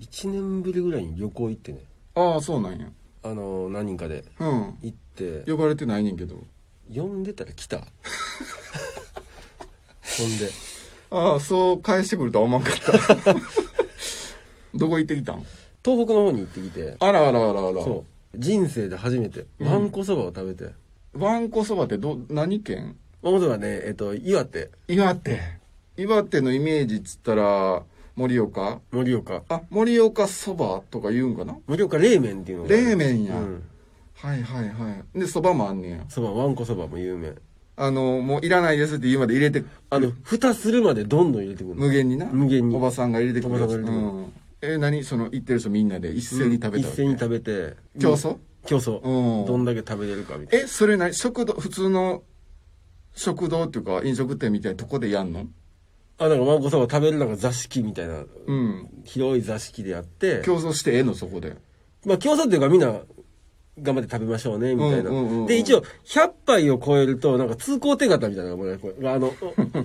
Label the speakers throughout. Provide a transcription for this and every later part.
Speaker 1: 1年ぶりぐらいに旅行行ってね
Speaker 2: ああそうなんや
Speaker 1: あの何人かで
Speaker 2: うん
Speaker 1: 行って
Speaker 2: 呼ばれてないねんけど
Speaker 1: 呼んでたら来たほんで
Speaker 2: ああそう返してくるとは思わんかった どこ行ってきたん
Speaker 1: 東北の方に行ってきて
Speaker 2: あらあらあらあら
Speaker 1: そう人生で初めて
Speaker 2: うん
Speaker 1: わんこそばを食べて、
Speaker 2: わんこそばってど何県
Speaker 1: わんこそばねえっと岩手
Speaker 2: 岩手岩手のイメージっつったら盛岡
Speaker 1: 盛岡
Speaker 2: あ盛岡そばとか言うんかな
Speaker 1: 盛岡冷麺っていうのが
Speaker 2: 冷麺
Speaker 1: う
Speaker 2: や、
Speaker 1: ん
Speaker 2: はいはいはいでそばもあんねや
Speaker 1: そばわんこそばも有名
Speaker 2: あのもういらないですって言うまで入れて
Speaker 1: あの蓋するまでどんどん入れてくる
Speaker 2: 無限にな
Speaker 1: 無限に
Speaker 2: おばさんが入れてくるやつ
Speaker 1: おばさんが入れて
Speaker 2: うんえ何その行ってる人みんなで一斉に食べたわ
Speaker 1: 一
Speaker 2: け、
Speaker 1: 斉に食べて
Speaker 2: 競争
Speaker 1: 競争
Speaker 2: うん
Speaker 1: どんだけ食べれるかみたい
Speaker 2: えそれ何食堂普通の食堂っていうか飲食店みたいなとこでやんの
Speaker 1: なあなんかわんこそば食べるなんか座敷みたいな
Speaker 2: うん
Speaker 1: 広い座敷でやって
Speaker 2: 競争してええのそこで
Speaker 1: まあ競争っていうかみんな頑張って食べましょうねみたいな、
Speaker 2: うんうんうんうん
Speaker 1: で一応100杯を超えるとなんか通行手形みたいなのがもらえるこれ あの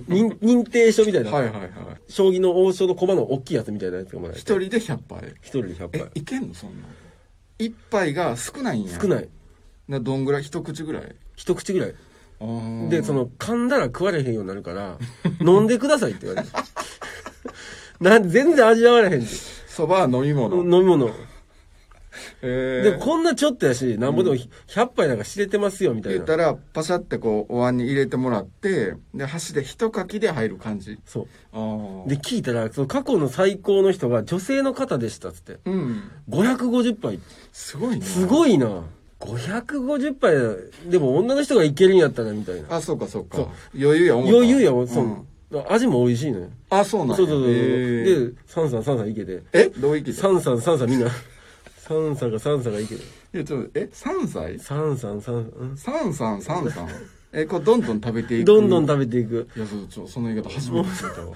Speaker 1: 認認定書みたいな、
Speaker 2: はいはいはい
Speaker 1: 将棋の王将の駒の大きいやつみたいなやつがもらえ
Speaker 2: 一
Speaker 1: て
Speaker 2: 人で100杯
Speaker 1: 一人で100
Speaker 2: え
Speaker 1: 杯
Speaker 2: いけんのそんなん一杯が少ないんや
Speaker 1: 少ない
Speaker 2: などんぐらい一口ぐらい
Speaker 1: 一口ぐらい
Speaker 2: あー
Speaker 1: で、その、噛んだら食われへんようになるから、 飲んでくださいって言われて。 な全然味わわれへんって。
Speaker 2: そばは飲み物、
Speaker 1: 飲み物。
Speaker 2: え
Speaker 1: で、こんなちょっとやし、なんぼでもひ100杯なんか知れてますよ、みたい
Speaker 2: 言った
Speaker 1: な。
Speaker 2: らパシャってこうお椀に入れてもらってで箸で一かきで入る感じ
Speaker 1: そ
Speaker 2: ああ
Speaker 1: う。で、聞いたら、その過去の最高の人が女性の方でしたっつって。
Speaker 2: うん
Speaker 1: 550杯。
Speaker 2: すごいね
Speaker 1: す
Speaker 2: い
Speaker 1: ごいな。550杯、でも女の人がいけるんやったら、みたいな。
Speaker 2: あそうかそうか
Speaker 1: そう
Speaker 2: 余裕や思った、
Speaker 1: 余裕やもん、そううん味も美味しいのよ。
Speaker 2: あそうなん
Speaker 1: そ
Speaker 2: や
Speaker 1: うそうそうそう。
Speaker 2: へー
Speaker 1: で、サンサンサンサンいけて。
Speaker 2: えどういき
Speaker 1: サンサンサンサンみんな。サンサンがサンサンがいける。
Speaker 2: いやちょっとえ三歳
Speaker 1: さんさんさん、うん、
Speaker 2: 三三三三えこうどんどん食べていく
Speaker 1: どんどん食べていく。
Speaker 2: いやそうちょその言い方初めて聞いたわ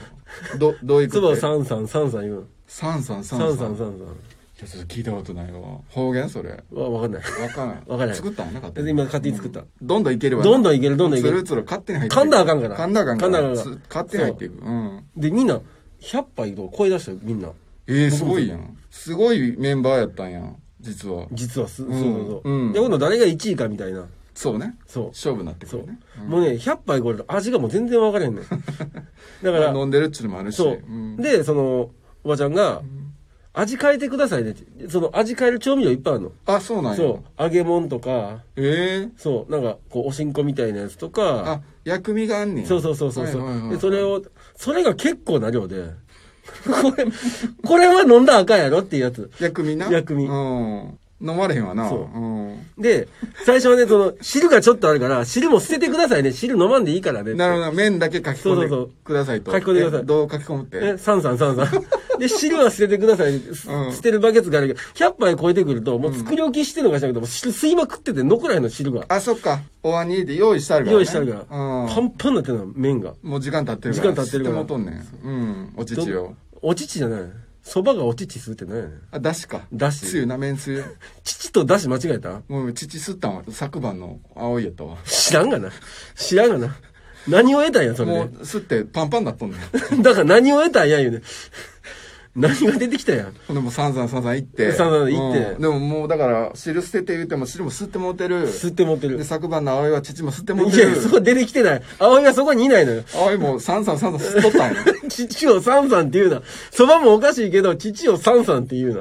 Speaker 2: どどういく
Speaker 1: つば
Speaker 2: 三
Speaker 1: さんさんさんさん言うの。
Speaker 2: 三三
Speaker 1: さ
Speaker 2: 三
Speaker 1: んさ
Speaker 2: 三
Speaker 1: ん
Speaker 2: い
Speaker 1: さん
Speaker 2: やちょっと聞いたことないわ方言それわ
Speaker 1: さん。わ、わかんない。
Speaker 2: かんない
Speaker 1: わかんない
Speaker 2: 作ったんなかった
Speaker 1: 今勝手に作った。
Speaker 2: どんどんいけるわ
Speaker 1: どんどんいけるどんどんいける
Speaker 2: つるつる勝手に入っていく
Speaker 1: 噛んだらあかんから
Speaker 2: 噛んだらあかんか
Speaker 1: 噛んだら
Speaker 2: ら
Speaker 1: あかん
Speaker 2: つ勝手に入っていくうん
Speaker 1: で、みんな、100杯を超え出したよ、みんな。
Speaker 2: えー、すごいやんすごいメンバーやったんやん実は
Speaker 1: 実はす、
Speaker 2: うん
Speaker 1: そうそうそう。
Speaker 2: うん
Speaker 1: で、今度誰が1位かみたいな。
Speaker 2: そうね
Speaker 1: そう。
Speaker 2: 勝負になってく
Speaker 1: そう
Speaker 2: るね。
Speaker 1: もうね、100杯超えると味がもう全然わ からへんねん。だから、
Speaker 2: 飲んでるっちゅうのもあるし
Speaker 1: そう、
Speaker 2: ん
Speaker 1: で、その、おばちゃんが、味変えてくださいねって。その味変える調味料いっぱいあるの。
Speaker 2: あそうなんや
Speaker 1: そう。揚げ物とか、
Speaker 2: ええー、
Speaker 1: そう、なんか、こう、おしんこみたいなやつとか、
Speaker 2: あ薬味があんねん
Speaker 1: そうそうそうそうそう、
Speaker 2: はいはいはい
Speaker 1: でそれをそれが結構な量で これこれは飲んだらあかんやろっていうやつ
Speaker 2: 薬味な
Speaker 1: 薬味
Speaker 2: うん飲まれへんわな
Speaker 1: そう
Speaker 2: うん
Speaker 1: で最初はねその汁がちょっとあるから汁も捨ててくださいね汁飲まんでいいからね
Speaker 2: なるほど麺だけ書き込
Speaker 1: そうんそう
Speaker 2: でくださいと
Speaker 1: 書き込んでください
Speaker 2: えどう書き込むっ
Speaker 1: どね
Speaker 2: て
Speaker 1: さんさんさんさんで汁は捨ててくださいね、す
Speaker 2: うん
Speaker 1: 捨てるバケツがあるけど100杯超えてくるともう作り置きしてるのかしらんけどもう汁吸いまくってて残らへんの汁が
Speaker 2: あそっかお椀に入れて用意してあるから、ね、
Speaker 1: 用意してあるから、
Speaker 2: うん
Speaker 1: パンパンになってるの麺が
Speaker 2: もう時間経ってるから
Speaker 1: 時間経ってるから
Speaker 2: 知もとんねんうんお乳を
Speaker 1: お乳じゃないそばがお乳吸うってなんやねん
Speaker 2: あだしか
Speaker 1: だし
Speaker 2: つゆなめんつゆ
Speaker 1: 乳とだし間違えた
Speaker 2: もう乳吸ったんは昨晩の青いやったわ
Speaker 1: 知らんがな。知らんがな。何を得たんや、それ
Speaker 2: もう
Speaker 1: で。
Speaker 2: 吸ってパンパンになっとんねん
Speaker 1: だから何を得たんや、言うね。何が出てきたやん。
Speaker 2: ほんでもうさんざんさんざん行って
Speaker 1: 散々行って
Speaker 2: うんでももうだから汁捨てて言うても汁も吸ってもうてる
Speaker 1: 吸って持ってる。
Speaker 2: で
Speaker 1: い
Speaker 2: 昨晩の青いは乳も吸ってもうて
Speaker 1: や、
Speaker 2: る
Speaker 1: そこ出てきてない。葵がそこにいないのよ。
Speaker 2: 青いもさんさんさんさん吸っとったんや
Speaker 1: 父をサンさんって言うな。そばもおかしいけど、父をサンさんって言うな。